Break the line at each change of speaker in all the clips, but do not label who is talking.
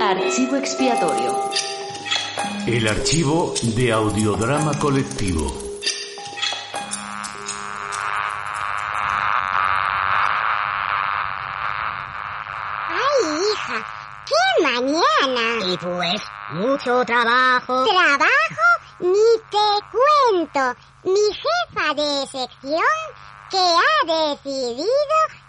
Archivo expiatorio.
El archivo de audiodrama colectivo.
¡Ay, hija! ¡Qué mañana!
Y pues, mucho trabajo.
Trabajo ni te cuento. Mi jefa de sección que ha decidido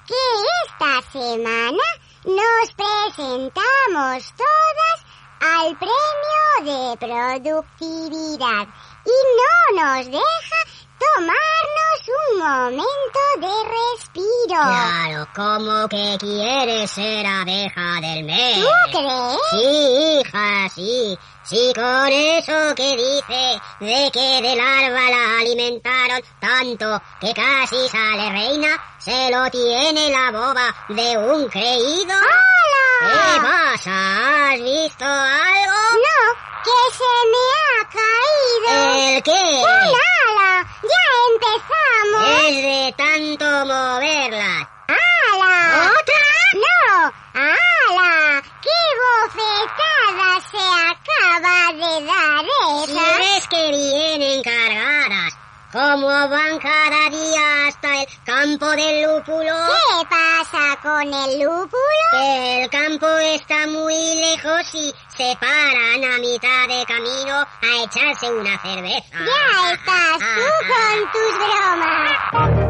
que esta semana nos presentamos todas al premio de productividad y no nos deja tomarnos un momento de respiro.
Claro, como que quieres ser abeja del mes.
¿Tú crees?
Sí, hija, sí. Sí, con eso que dice de que de larva la alimentaron tanto que casi sale reina, se lo tiene la boba de un creído.
Ah.
¿Qué
¡Hala!
pasa? ¿Has visto algo?
No, que se me ha caído.
¿El qué?
¡Hola, ala! ¡Ya empezamos!
Es de tanto moverlas.
¡Ala! ¿Otra? ¡No! ¡Ala! ¡Qué bofetada se acaba de dar
Si
esa!
ves que vienen cargadas, como van cada día hasta el campo del lúpulo,
¿Qué pasa con el lúpulo?
que el campo está muy lejos y se paran a mitad de camino Ah, a echarse una cerveza.
Ya estás tú con tus bromas.